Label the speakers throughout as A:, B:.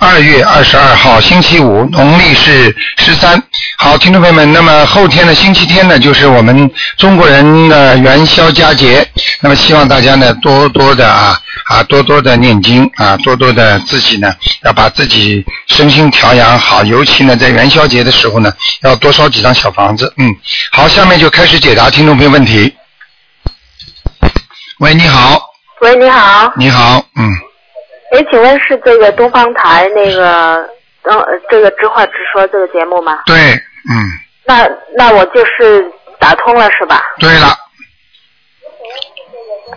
A: 二月二十二号，星期五，农历是十三。好，听众朋友们，那么后天呢，星期天呢，就是我们中国人的元宵佳节。那么希望大家呢多多的啊啊多多的念经啊，多多的自己呢要把自己身心调养好，尤其呢在元宵节的时候呢，要多烧几张小房子。嗯，好，下面就开始解答听众朋友问题。喂，你好，
B: 喂，你好，
A: 你好，嗯，
B: 哎，请问是这个东方台那个，嗯、呃，这个直话直说这个节目吗？
A: 对，嗯，
B: 那那我就是打通了是吧？
A: 对了，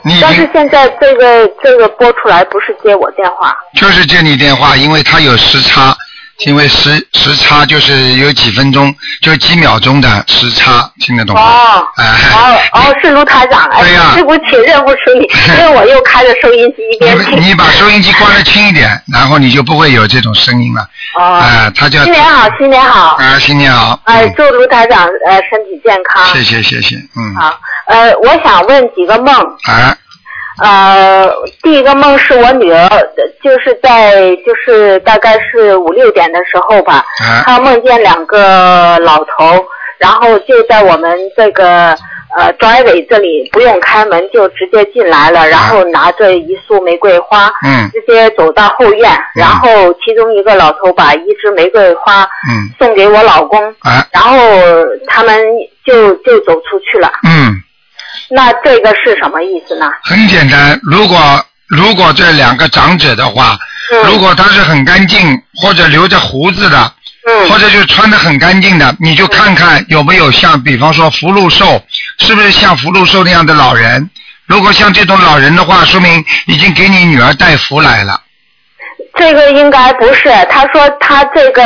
A: 你已
B: 但
A: 经
B: 是现在这个这个播出来不是接我电话，
A: 就是接你电话，因为它有时差，因为时时差就是有几分钟，就几秒钟的时差，听得懂吗？
B: 哦
A: 哎，
B: 哦哦，是卢台长，哎，
A: 对呀
B: 对不起，认不 出你，因为我又开着收音机一边
A: 你
B: 听。
A: 你把收音机关的轻一点，然后你就不会有这种声音了。
B: 哦，
A: 哎，它叫
B: 新年好，新年好，
A: 啊，新年好，
B: 哎，
A: 嗯
B: 祝卢台长呃身体健康。
A: 谢谢谢谢，嗯，
B: 好，呃，我想问几个梦。
A: 啊，
B: 呃，第一个梦是我女儿，就是在就是大概是五六点的时候吧，
A: 啊
B: 她梦见两个老头，然后就在我们这个呃 driveway 这里不用开门就直接进来了，然后拿着一束玫瑰花，
A: 嗯
B: 直接走到后院，然后其中一个老头把一支玫瑰花
A: 嗯
B: 送给我老公，
A: 啊
B: 然后他们就就走出去了。
A: 嗯。
B: 那这个是什么意思呢？
A: 很简单，如果如果这两个长者的话，
B: 嗯
A: 如果他是很干净，或者留着胡子的，
B: 嗯
A: 或者就穿的很干净的，你就看看有没有像，比方说福禄寿，是不是像福禄寿那样的老人？如果像这种老人的话，说明已经给你女儿带福来了。
B: 这个应该不是，他说他这个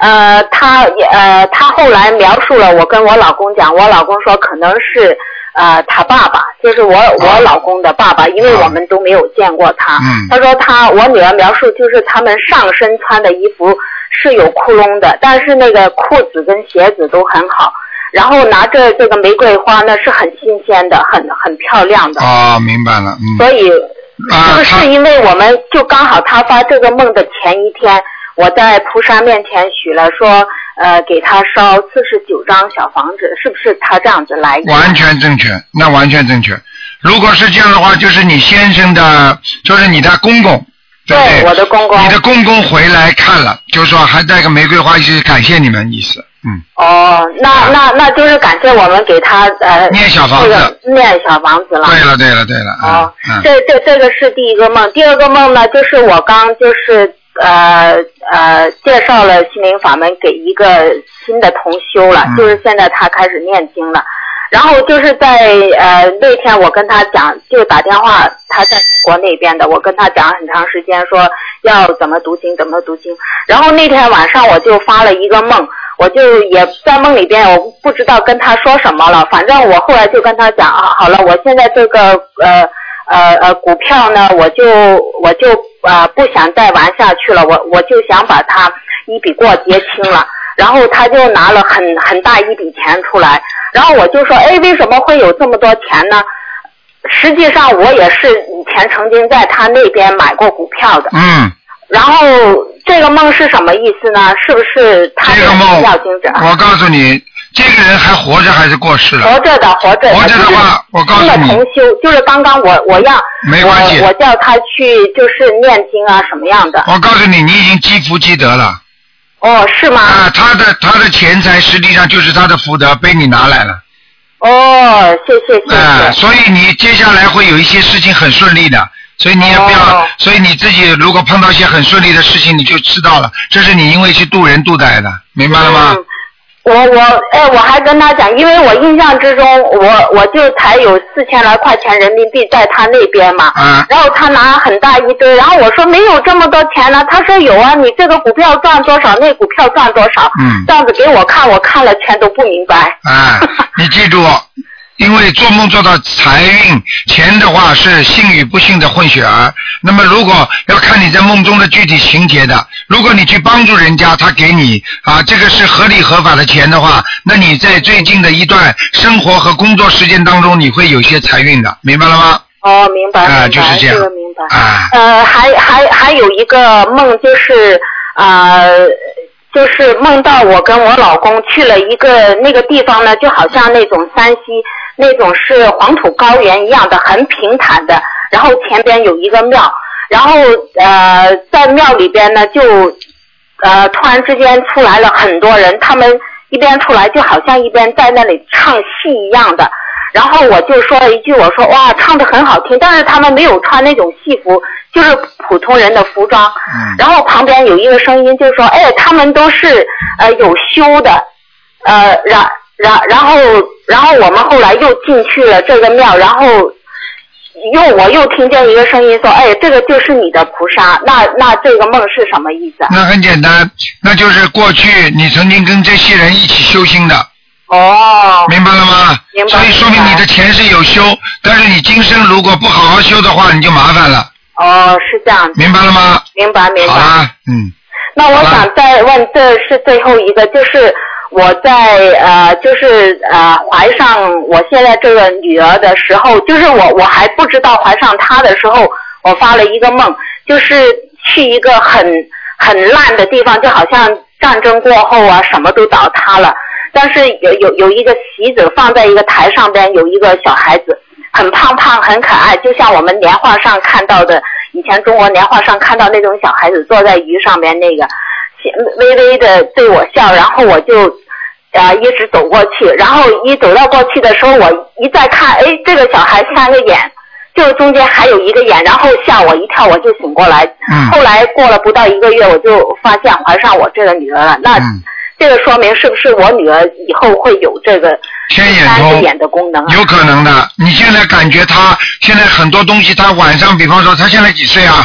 B: 呃，他呃，他后来描述了，我跟我老公讲，我老公说可能是呃他爸爸，就是我、我老公的爸爸，因为
A: 啊
B: 我们都没有见过他。
A: 嗯
B: 他说他我女儿描述就是他们上身穿的衣服是有窟窿的，但是那个裤子跟鞋子都很好，然后拿着这个玫瑰花呢是很新鲜的，很很漂亮的，
A: 哦，明白了，嗯，
B: 所以这
A: 啊他
B: 个，嗯是因为我们就刚好他发这个梦的前一天，我在菩萨面前许了说，呃，给他烧四十九张小房子，是不是他这样子来的？
A: 完全正确，那完全正确。如果是这样的话，就是你先生的，就是你的公公，对不
B: 对，我的公公。
A: 你的公公回来看了，就说还带个玫瑰花，就是感谢你们意思。嗯，
B: 哦，那那那就是感谢我们给他呃
A: 念小房
B: 这
A: 子
B: 个。念小房子了。
A: 对了，对了，对了。
B: 哦，
A: 嗯嗯
B: 这这这个是第一个梦，第二个梦呢，就是我刚就是呃呃介绍了心灵法门给一个新的同修了，
A: 嗯
B: 就是现在他开始念经了。然后就是在呃那天我跟他讲，就打电话，他在国那边的，我跟他讲很长时间，说要怎么读经，怎么读经。然后那天晚上我就发了一个梦，我就也在梦里边，我不知道跟他说什么了，反正我后来就跟他讲啊，好了，我现在这个呃呃呃股票呢，我就我就呃不想再玩下去了，我我就想把它一笔过结清了。然后他就拿了很很大一笔钱出来，然后我就说，哎，为什么会有这么多钱呢？实际上我也是以前曾经在他那边买过股票的。
A: 嗯，
B: 然后这个梦是什么意思呢？是不是他
A: 这个梦
B: 要精者，
A: 我告诉你，这个人还活着还是过世了？
B: 活着的活着的，
A: 嗯活着的话，我告
B: 就是
A: 诉
B: 新的
A: 你
B: 同，修，就是刚刚我我让
A: 没关系
B: 我我叫他去就是念经啊什么样的。
A: 我告诉你，你已经积福积德了
B: 哦，是吗？
A: 啊！他的他的钱财实际上就是他的福德被你拿来了，嗯
B: 哦，谢谢谢谢。
A: 啊，所以你接下来会有一些事情很顺利的。所以你也不要
B: 哦，
A: 所以你自己如果碰到一些很顺利的事情，你就知道了，这是你因为去渡人渡来的，明白了吗？
B: 嗯我我哎，我还跟他讲，因为我印象之中，我我就才有四千来块钱人民币在他那边嘛，
A: 啊
B: 然后他拿很大一堆，然后我说没有这么多钱呢、他说有啊，你这个股票赚多少，那股票赚多少，
A: 嗯
B: 这样子给我看，我看了全都不明白。
A: 啊哎，你记住，因为做梦做到财运钱的话是幸与不幸的混血儿。那么如果要看你在梦中的具体情节的，如果你去帮助人家，他给你啊这个是合理合法的钱的话，那你在最近的一段生活和工作时间当中，你会有些财运的，明白了吗？
B: 哦，明白，明白，
A: 啊就是这样
B: 个明白。
A: 啊，
B: 呃，还还还有一个梦，就是呃，就是梦到我跟我老公去了一个那个地方呢，就好像那种山西那种是黄土高原一样的，很平坦的，然后前边有一个庙，然后呃，在庙里边呢就呃突然之间出来了很多人，他们一边出来就好像一边在那里唱戏一样的。然后我就说了一句，我说哇，唱的很好听，但是他们没有穿那种戏服，就是普通人的服装。
A: 嗯
B: 然后旁边有一个声音就说，哎，他们都是呃有修的，呃，然然然后然后我们后来又进去了这个庙，然后又我又听见一个声音说，哎，这个就是你的菩萨，那那这个梦是什么意思啊？
A: 那很简单，那就是过去你曾经跟这些人一起修心的，
B: 哦，
A: 明白了吗？
B: 明白
A: 所以说明你的前世有修，但是你今生如果不好好修的话，你就麻烦了，
B: 哦，是这样，
A: 明白了吗？
B: 明白明白。
A: 好啦，嗯，
B: 那我想再问，这是最后一个，就是我在呃，就是呃怀上我现在这个女儿的时候，就是我我还不知道怀上她的时候，我发了一个梦，就是去一个很很烂的地方，就好像战争过后啊，什么都倒塌了。但是有有有一个席子放在一个台上边，有一个小孩子，很胖胖，很可爱，就像我们年画上看到的，以前中国年画上看到那种小孩子坐在鱼上面那个，微微的对我笑，然后我就啊、呃一直走过去，然后一走到过去的时候，我一再看，哎，这个小孩三个眼，就中间还有一个眼，然后吓我一跳，我就醒过来。
A: 嗯
B: 后来过了不到一个月，我就发现怀上我这个女儿了。那、
A: 嗯
B: 这个说明是不是我女儿以后会有这个
A: 天眼
B: 三个
A: 通
B: 眼的功能啊？
A: 有可能的。你现在感觉他现在很多东西，他晚上，比方说他现在几岁啊？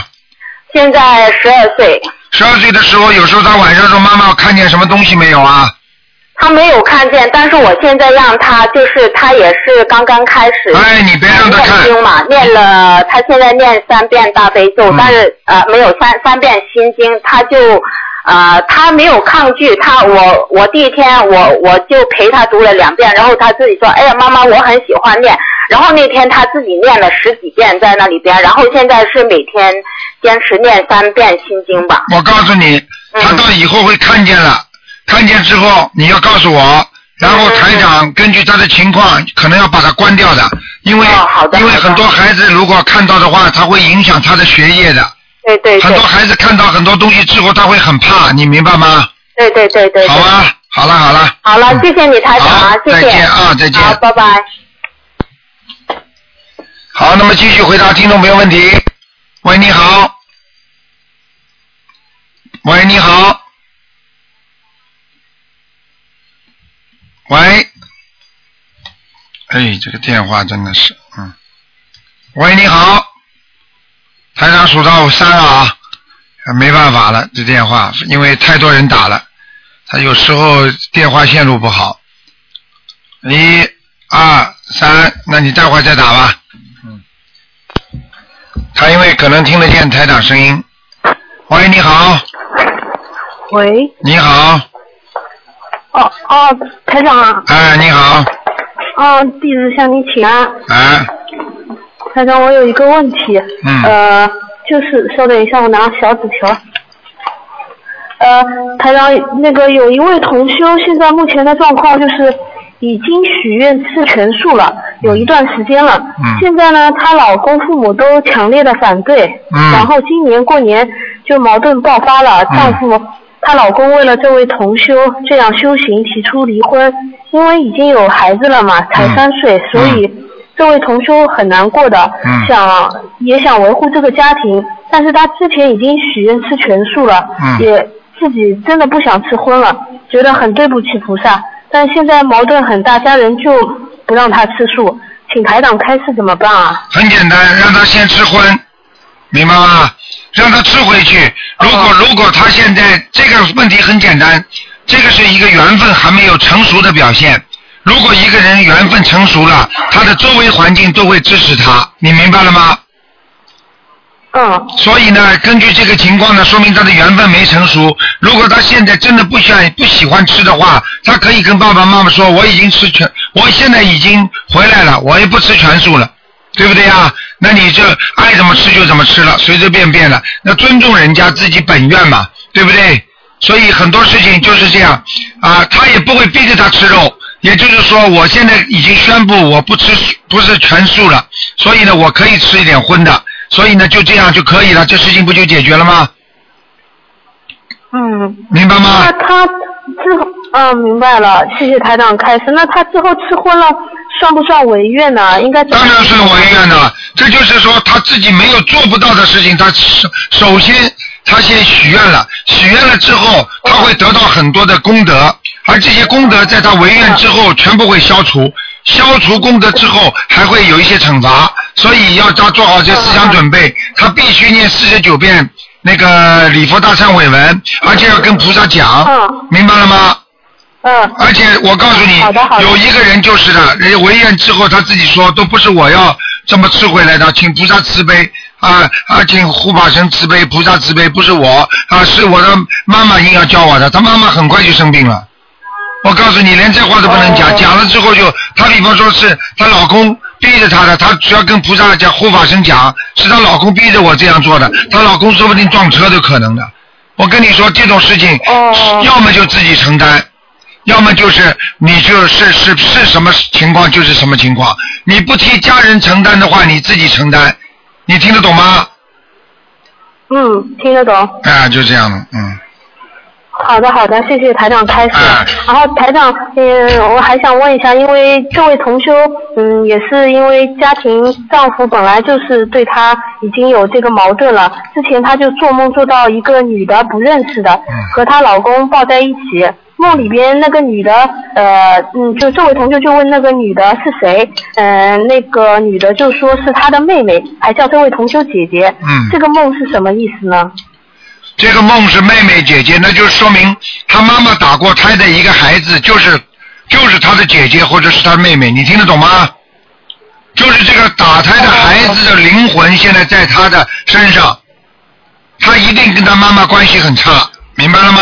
B: 现在十二岁，
A: 十二岁的时候，有时候他晚上说：“妈妈，我看见什么东西没有啊
B: 她没有看见，但是我现在让她，就是她也是刚刚开始。？”
A: 哎，你别让他看
B: 念。经嘛，念了，他现在念三遍大悲咒，
A: 嗯
B: 但是呃没有三三遍心经，他就呃他没有抗拒，他我我第一天我我就陪他读了两遍，然后他自己说，哎呀妈妈我很喜欢念，然后那天他自己念了十几遍在那里边，然后现在是每天坚持念三遍心经吧，
A: 我告诉你，
B: 嗯
A: 他到以后会看见了，看见之后你要告诉
B: 嗯
A: 我，然后台长根据他的情况，可能要把他关掉的，因为、
B: 哦好的
A: 因为
B: 好的
A: 很多孩子如果看到的话，他会影响他的学业的。
B: 对对
A: 很
B: 对
A: 多孩子看到很多东西之后，他会很怕，你明白吗？
B: 对对对对，
A: 好
B: 对
A: 啊，好了好了，
B: 好了，谢谢你台长
A: 好，
B: 啊谢
A: 再
B: 谢，
A: 见啊再见
B: 好，拜拜。
A: 好，那么继续回答听众朋友问题。喂，你好。喂，你好。喂。哎，这个电话真的是，嗯。喂，你好。台长数到三啊，没办法了，这电话因为太多人打了，他有时候电话线路不好。一、二、三，那你待会儿再打吧。他因为可能听得见台长声音。喂，你好，
C: 喂，啊
A: 你好，
C: 哦哦，台长啊，
A: 哎，你好，
C: 哦，弟子向你请安。
A: 哎，
C: 台长，我有一个问题，
A: 嗯
C: 呃，就是稍等一下，我拿小纸条。呃，台长，那个有一位同修，现在目前的状况就是已经许愿吃全素了，有一段时间了。
A: 嗯
C: 现在呢，她老公父母都强烈的反对，
A: 嗯
C: 然后今年过年就矛盾爆发了，
A: 嗯
C: 丈夫她老公为了这位同修这样修行提出离婚，因为已经有孩子了嘛，才
A: 嗯
C: 三岁，所以这位同修很难过的，
A: 嗯
C: 想也想维护这个家庭，但是他之前已经许愿吃全素了，
A: 嗯
C: 也自己真的不想吃荤了，觉得很对不起菩萨，但现在矛盾很大，家人就不让他吃素，请台长开示怎么办啊？
A: 很简单，让他先吃荤，明白吗？让他吃回去。
C: 哦
A: 如果如果他现在这个问题很简单，这个是一个缘分还没有成熟的表现。如果一个人缘分成熟了，他的周围环境都会支持他，你明白了吗？
C: 嗯
A: 所以呢，根据这个情况呢，说明他的缘分没成熟。如果他现在真的不喜欢不喜欢吃的话，他可以跟爸爸妈妈说，我已经吃全，我现在已经回来了，我也不吃全素了，对不对呀？那你就爱怎么吃就怎么吃了，随随便便了。那尊重人家自己本愿嘛，对不对？所以很多事情就是这样啊，他也不会逼着他吃肉。也就是说，我现在已经宣布我不吃不是全素了，所以呢，我可以吃一点荤的，所以呢，就这样就可以了，这事情不就解决了吗？
C: 嗯。
A: 明白吗
C: 那？他之后，嗯，明白了，谢谢台长开示。那他之后吃荤了，算不算违愿呢？应该怎么
A: 当然是违愿的，这就是说他自己没有做不到的事情，他首首先他先许愿了，许愿了之后他会得到很多的功德，而这些功德在他违愿之后
C: 嗯
A: 全部会消除，消除功德之后还会有一些惩罚，所以要他做好这思想准备，他必须念四十九遍那个礼佛大忏悔文，而且要跟菩萨讲
C: 嗯，
A: 明白了吗？
C: 嗯
A: 而且我告诉你
C: 好的好，的
A: 有一个人就是的，人家违愿之后他自己说都不是我要这么吃回来的，请菩萨慈悲啊啊，请护法神慈悲，菩萨慈悲，不是我啊，是我的妈妈硬要教我的，他妈妈很快就生病了。我告诉你，连这话都不能讲，
C: 哦
A: 讲了之后就，她比方说是她老公逼着她的，她只要跟菩萨讲护法神讲，是她老公逼着我这样做的，她老公说不定撞车都可能的。我跟你说这种事情，
C: 哦
A: 要么就自己承担，要么就是你就是是是什么情况就是什么情况，你不替家人承担的话，你自己承担，你听得懂吗？
C: 嗯，听得懂。
A: 啊，就这样了，嗯。
C: 好的，好的，谢谢台长开示。
A: 哎
C: 然后台长，嗯，我还想问一下，因为这位同修，嗯，也是因为家庭丈夫本来就是对她已经有这个矛盾了，之前她就做梦做到一个女的不认识的和她老公抱在一起，梦里边那个女的，呃，嗯，就这位同学就问那个女的是谁，嗯、那个女的就说是她的妹妹，还叫这位同修姐姐。
A: 嗯
C: 这个梦是什么意思呢？
A: 这个梦是妹妹姐姐，那就说明她妈妈打过胎的一个孩子，就是就是她的姐姐或者是她妹妹，你听得懂吗？就是这个打胎的孩子的灵魂现在在她的身上，她一定跟她妈妈关系很差，明白了吗？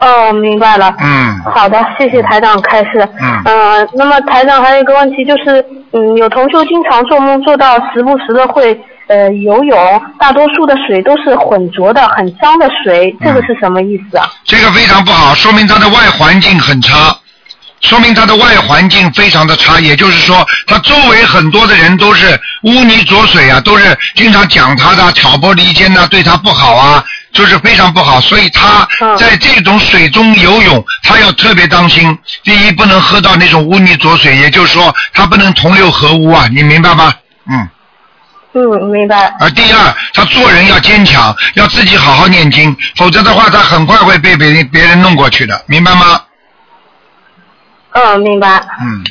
C: 哦，明白了。
A: 嗯，
C: 好的，谢谢台长开示。
A: 嗯
C: 呃那么台长还有一个问题就是，嗯，有同修经常做梦做到时不时的会呃游泳，大多数的水都是浑浊的、很脏的水，这
A: 嗯
C: 个是什么意思啊？
A: 这个非常不好，说明她的外环境很差，说明她的外环境非常的差，也就是说，她周围很多的人都是污泥浊水啊，都是经常讲她的啊挑拨离间呐、对她不好啊，就是非常不好，所以她
C: 嗯
A: 在这种水中游泳，她要特别当心。第一，不能喝到那种污泥浊水，也就是说，她不能同流合污啊，你明白吗？嗯。
C: 嗯，明白。
A: 啊，第二，他做人要坚强，要自己好好念经，否则的话，他很快会被别人别人弄过去的，明白吗？
C: 嗯，明白。
A: 嗯，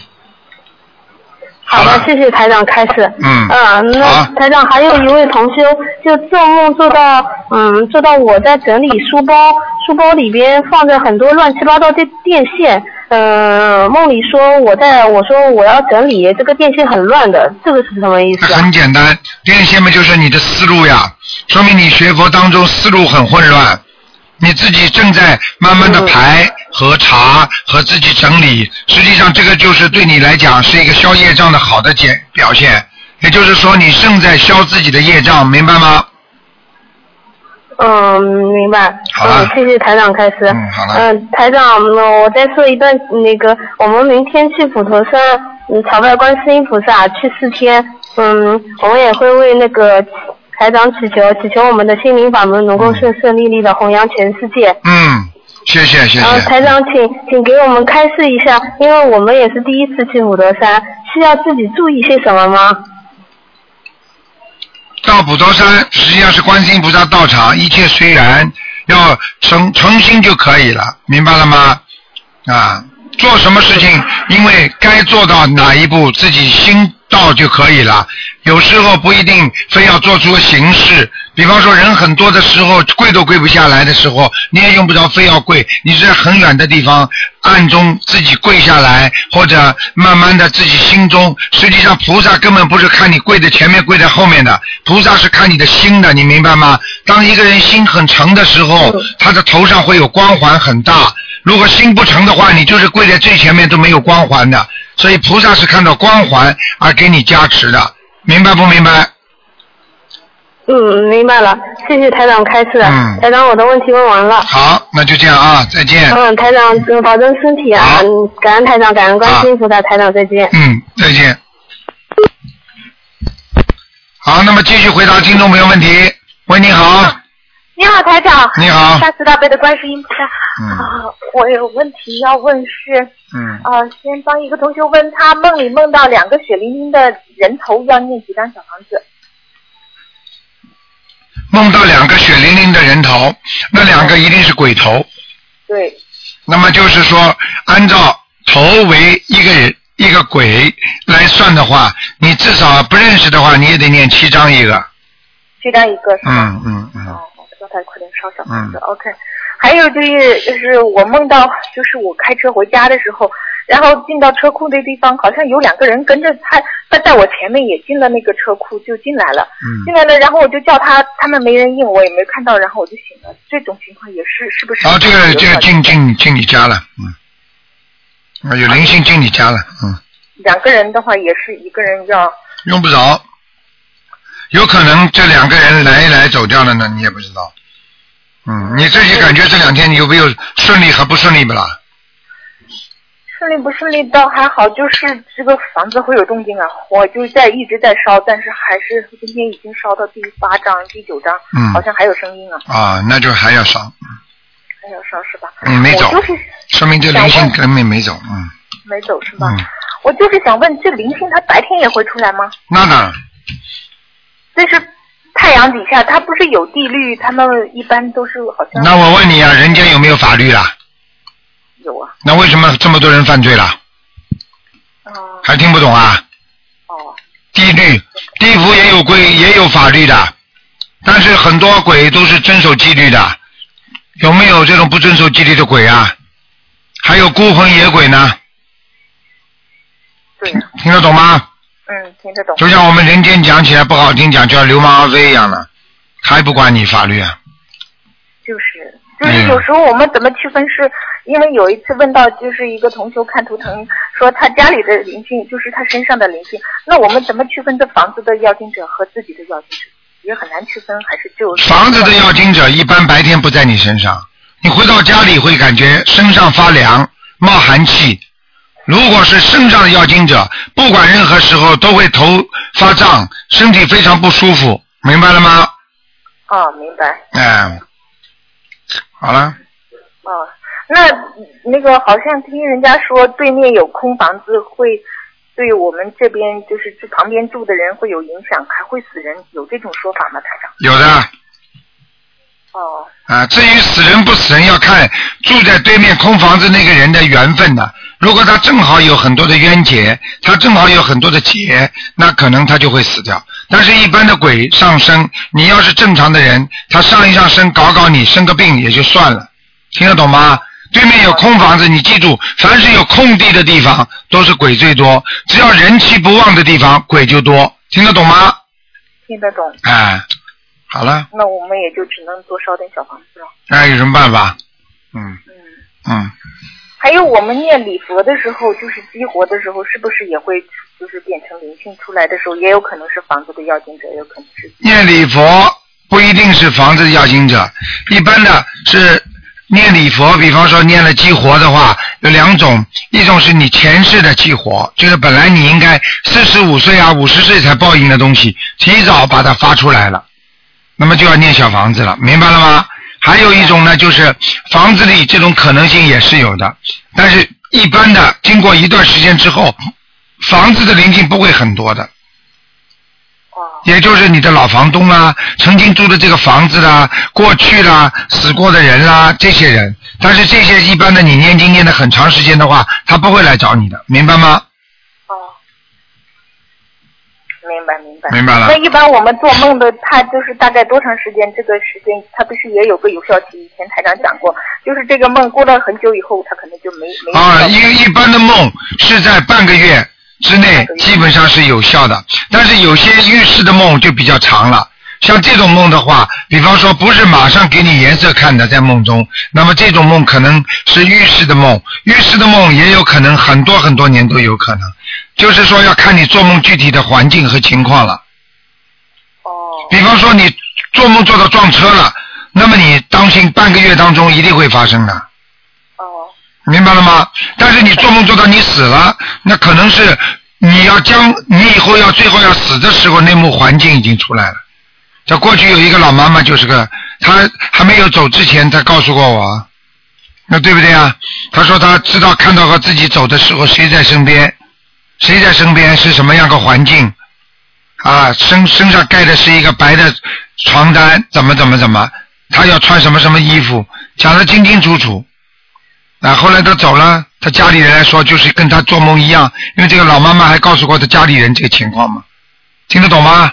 C: 好
A: 好
C: 的
A: 了，
C: 谢谢台长开始。
A: 嗯好
C: 那
A: 啊
C: 台长还有一位同修，就做梦做到，嗯，做到我在整理书包，书包里边放着很多乱七八糟的电线，嗯，梦里说我在，我说我要整理这个电线很乱的，这个是什么意
A: 那
C: 思啊？
A: 很简单，电线嘛就是你的思路呀，说明你学佛当中思路很混乱，你自己正在慢慢的
C: 嗯
A: 排和查和自己整理，实际上这个就是对你来讲是一个消业障的好的检表现，也就是说你正在消自己的业障，明白吗？
C: 嗯，明白。
A: 好了
C: 嗯，谢谢台长开始。
A: 嗯好了
C: 嗯，台长，嗯我再说一段，那个我们明天去普陀山，嗯，朝拜观世音菩萨去四天。嗯，我们也会为那个台长祈求，祈求我们的心灵法门能够顺顺利利的弘扬全世界。
A: 嗯，谢谢谢谢。
C: 然后哦台长请，请给我们开示一下，因为我们也是第一次去普陀山，需要自己注意些什么吗？
A: 到普陀山实际上是观世音菩萨道场，一切随缘，要诚诚心就可以了，明白了吗？啊，做什么事情，因为该做到哪一步，自己心到就可以了。有时候不一定非要做出形式，比方说人很多的时候，跪都跪不下来的时候，你也用不着非要跪，你在很远的地方暗中自己跪下来，或者慢慢的自己心中，实际上菩萨根本不是看你跪在前面跪在后面的，菩萨是看你的心的，你明白吗？当一个人心很诚的时候，他的头上会有光环很大。如果心不诚的话，你就是跪在最前面都没有光环的。所以菩萨是看到光环而给你加持的，明白不明白？
D: 嗯，明白了，谢谢台长开示。
A: 嗯
D: 台长，我的问题问完了。
A: 好，那就这样啊，再见。
D: 嗯，台长，嗯保重身体啊！嗯感恩台长，感恩观世音菩
A: 啊
D: 萨，台长再见。
A: 嗯，再见。好，那么继续回答听众朋友问题。喂，你好，
C: 你好，台长。嗯
A: 你好
C: 大慈大悲的观世音菩萨。
A: 嗯
C: 啊，我有问题要问是，
A: 嗯，
C: 啊，先帮一个同学问他梦里梦到两个血淋淋的人头，要念几张小房子？
A: 梦到两个血淋淋的人头，那两个一定是鬼头，
C: 对，
A: 那么就是说，按照头为一个人一个鬼来算的话，你至少不认识的话，你也得念七章一个。
C: 这张一个是吧？
A: 嗯嗯嗯，
C: 哦，我叫他快点烧小房子。
A: 嗯
C: OK，还有就是就是我梦到就是我开车回家的时候，然后进到车库那地方，好像有两个人跟着他，他在我前面也进了那个车库就进来了，
A: 嗯
C: 进来了，然后我就叫他，他们没人应，我也没看到，然后我就醒了。这种情况也是是不是？
A: 然哦后这个这个
C: 有
A: 进进进你家了，嗯，啊有灵性进你家了，嗯，
C: 两个人的话也是一个人要
A: 用不着，有可能这两个人来一来走掉了呢，你也不知道，嗯，你自己感觉这两天你有没有顺利和不顺利不啦？
C: 顺利不顺利倒还好，就是这个房子会有动静啊，我就在一直在烧，但是还是今天已经烧到第八章、第九章，
A: 嗯
C: 好像还有声音啊，
A: 啊，那就还要上，
C: 还有烧是吧？
A: 嗯，没走
C: 我，就是
A: 说明这灵性根本没走，嗯
C: 没走是吧？
A: 嗯，
C: 我就是想问，这灵性它白天也会出来吗？
A: 那当然，
C: 就是太阳底下，它不是有地律，他们一般都是好像
A: 那我问你啊，人间有没有法律啦？
C: 有啊，
A: 那为什么这么多人犯罪了？
C: 嗯、
A: 还听不懂啊？
C: 哦，
A: 地律，地府也有规，也有法律的，但是很多鬼都是遵守纪律的，有没有这种不遵守纪律的鬼啊？还有孤魂野鬼呢，
C: 对、
A: 听得懂吗？
C: 嗯，听得懂。
A: 就像我们人间讲起来不好听讲，叫流氓阿飞一样的，还不管你法律啊？
C: 就是
A: 嗯
C: 就是有时候我们怎么区分是？因为有一次问到，就是一个同学看图腾说他家里的灵性就是他身上的灵性，那我们怎么区分这房子的要经者和自己的要经者？也很难区分，还是就
A: 房子的要经者一般白天不在你身上，你回到家里会感觉身上发凉、冒寒气。如果是身上的要经者，不管任何时候都会头发胀，身体非常不舒服，明白了吗？
C: 哦，明白
A: 哎，好了，
C: 哦。那那个好像听人家说对面有空房子会对我们这边就是这旁边住的人会有影响，还会死人，有这种说法吗，台长？
A: 有的
C: 哦，
A: 啊。至于死人不死人，要看住在对面空房子那个人的缘分的。如果他正好有很多的冤结，他正好有很多的结，那可能他就会死掉。但是，一般的鬼上身，你要是正常的人，他上一上身，搞搞你，生个病也就算了。听得懂吗？对面有空房子，你记住，凡是有空地的地方都是鬼最多，只要人气不旺的地方，鬼就多。听得懂吗？
C: 听得懂。
A: 哎，好了。
C: 那我们也就只能多烧点小房子了。
A: 那有什么办法？嗯
C: 嗯，
A: 嗯，
C: 还有我们念礼佛的时候，就是激活的时候，是不是也会就是变成灵性出来的时候，也有可能是房子的要经者，也有可能是
A: 念礼佛不一定是防止要经者，一般的是念礼佛，比方说念了激活的话，有两种，一种是你前世的激活，就是本来你应该四十五岁啊、五十岁才报应的东西，提早把它发出来了，那么就要念小房子了，明白了吗？还有一种呢，就是房子里这种可能性也是有的，但是一般的经过一段时间之后，房子的灵性不会很多的，
C: 哦
A: 也就是你的老房东啦、曾经住的这个房子啦、过去啦、死过的人啦，这些人。但是这些一般的，你念经念的很长时间的话，他不会来找你的，明白吗？
C: 哦。
E: 白明白。
A: 明白了
E: 那一般我们做梦的，它就是大概多长时间？这个时间它不是也有个有效期？以前台长讲过，就是这个梦过了很久以后，它可能就没没有
A: 啊，
C: 嗯
E: 效
A: 一个一般的梦是在半个月之内基本上是有效的，但是有些预示的梦就比较长了。像这种梦的话，比方说不是马上给你颜色看的，在梦中，那么这种梦可能是预示的梦，预示的梦也有可能很多很多年都有可能，就是说要看你做梦具体的环境和情况了。
E: 哦
A: 比方说你做梦做到撞车了，那么你当心半个月当中一定会发生的。
E: 哦
A: 明白了吗？但是你做梦做到你死了，那可能是你要将你以后要最后要死的时候，那幕环境已经出来了。在过去有一个老妈妈，就是个她还没有走之前，她告诉过我，那对不对啊？她说她知道看到和自己走的时候谁在身边，谁在身边是什么样个环境，啊，身身上盖的是一个白的床单，怎么怎么怎么，她要穿什么什么衣服，讲得清清楚楚。啊，后来他走了，他家里人来说就是跟他做梦一样，因为这个老妈妈还告诉过他家里人这个情况嘛，听得懂吗？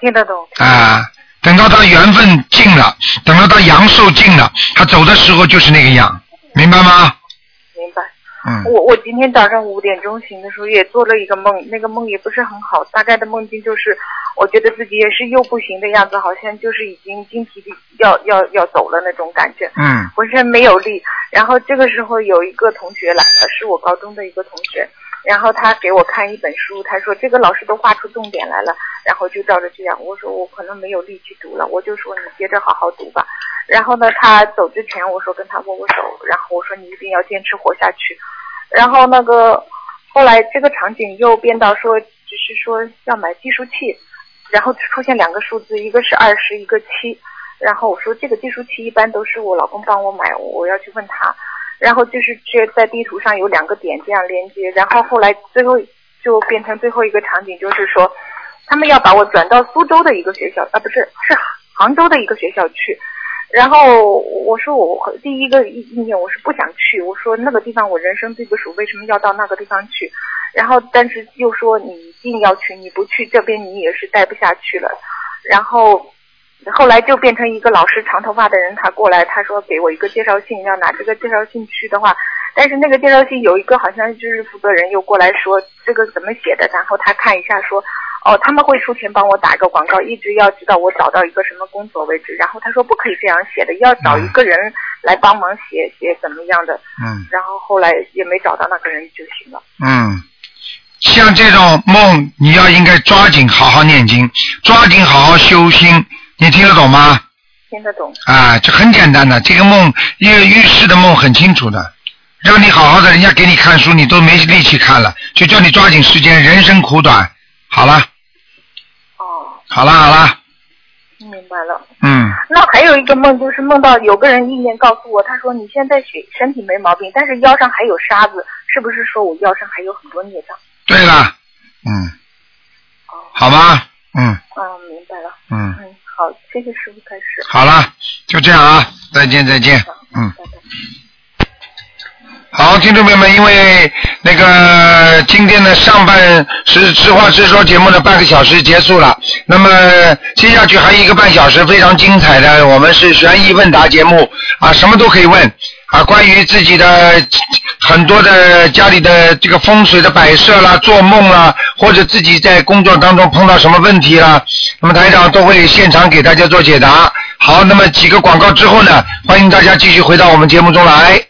E: 听得懂。
A: 啊，等到他缘分尽了，等到他阳寿尽了，他走的时候就是那个样，明白吗？
E: 明白。
A: 嗯，
E: 我我今天早上五点钟醒的时候也做了一个梦，那个梦也不是很好，大概的梦境就是，我觉得自己也是又不行的样子，好像就是已经精疲力要要要走了那种感觉，
A: 嗯，
E: 浑身没有力。然后这个时候有一个同学来了，是我高中的一个同学，然后他给我看一本书，他说这个老师都画出重点来了，然后就照着这样，我说我可能没有力去读了，我就说你接着好好读吧。然后呢，他走之前我说跟他握握手，然后我说你一定要坚持活下去。然后那个后来这个场景又变到说，只是说要买计数器，然后出现两个数字，一个是二十，一个七。然后我说这个计数器一般都是我老公帮我买，我我要去问他。然后就是这在地图上有两个点这样连接，然后后来最后就变成最后一个场景，就是说他们要把我转到苏州的一个学校啊，不是是杭州的一个学校去。然后我说我我第一个意意念我是不想去，我说那个地方我人生地不熟，为什么要到那个地方去？然后但是又说你一定要去，你不去这边你也是待不下去了。然后后来就变成一个老师长头发的人，他过来他说给我一个介绍信，要拿这个介绍信去的话，但是那个介绍信有一个好像就是负责人又过来说这个怎么写的，然后他看一下说，哦，他们会出钱帮我打一个广告，一直要直到我找到一个什么工作为止。然后他说不可以这样写的，要找一个人来帮忙写写怎么样的。
A: 嗯，
E: 然后后来也没找到那个人就行了。
A: 嗯，像这种梦，你要应该抓紧好好念经，抓紧好好修心，你听得懂吗？
E: 听得懂？
A: 啊，这很简单的，这个梦，因为预示的梦很清楚的，让你好好的，人家给你看书，你都没力气看了，就叫你抓紧时间，人生苦短，好了，
E: 哦，
A: 好了，好了，
E: 明白了。
A: 嗯，
E: 那还有一个梦，就是梦到有个人意念告诉我，他说你现在血身体没毛病，但是腰上还有沙子，是不是说我腰上还有很多孽障？
A: 对了，嗯，好吗？嗯
E: 嗯，明白了。
A: 嗯，
E: 嗯，好，谢谢师傅开始。
A: 好了，就这样啊，再见再见，嗯。
E: 拜拜。
A: 好，听众朋友们，因为那个今天的上半是实话实说节目的半个小时结束了，那么接下去还有一个半小时非常精彩的，我们是悬疑问答节目啊，什么都可以问啊，关于自己的很多的家里的这个风水的摆设啦、做梦啦，或者自己在工作当中碰到什么问题啦，那么台长都会现场给大家做解答。好，那么几个广告之后呢，欢迎大家继续回到我们节目中来。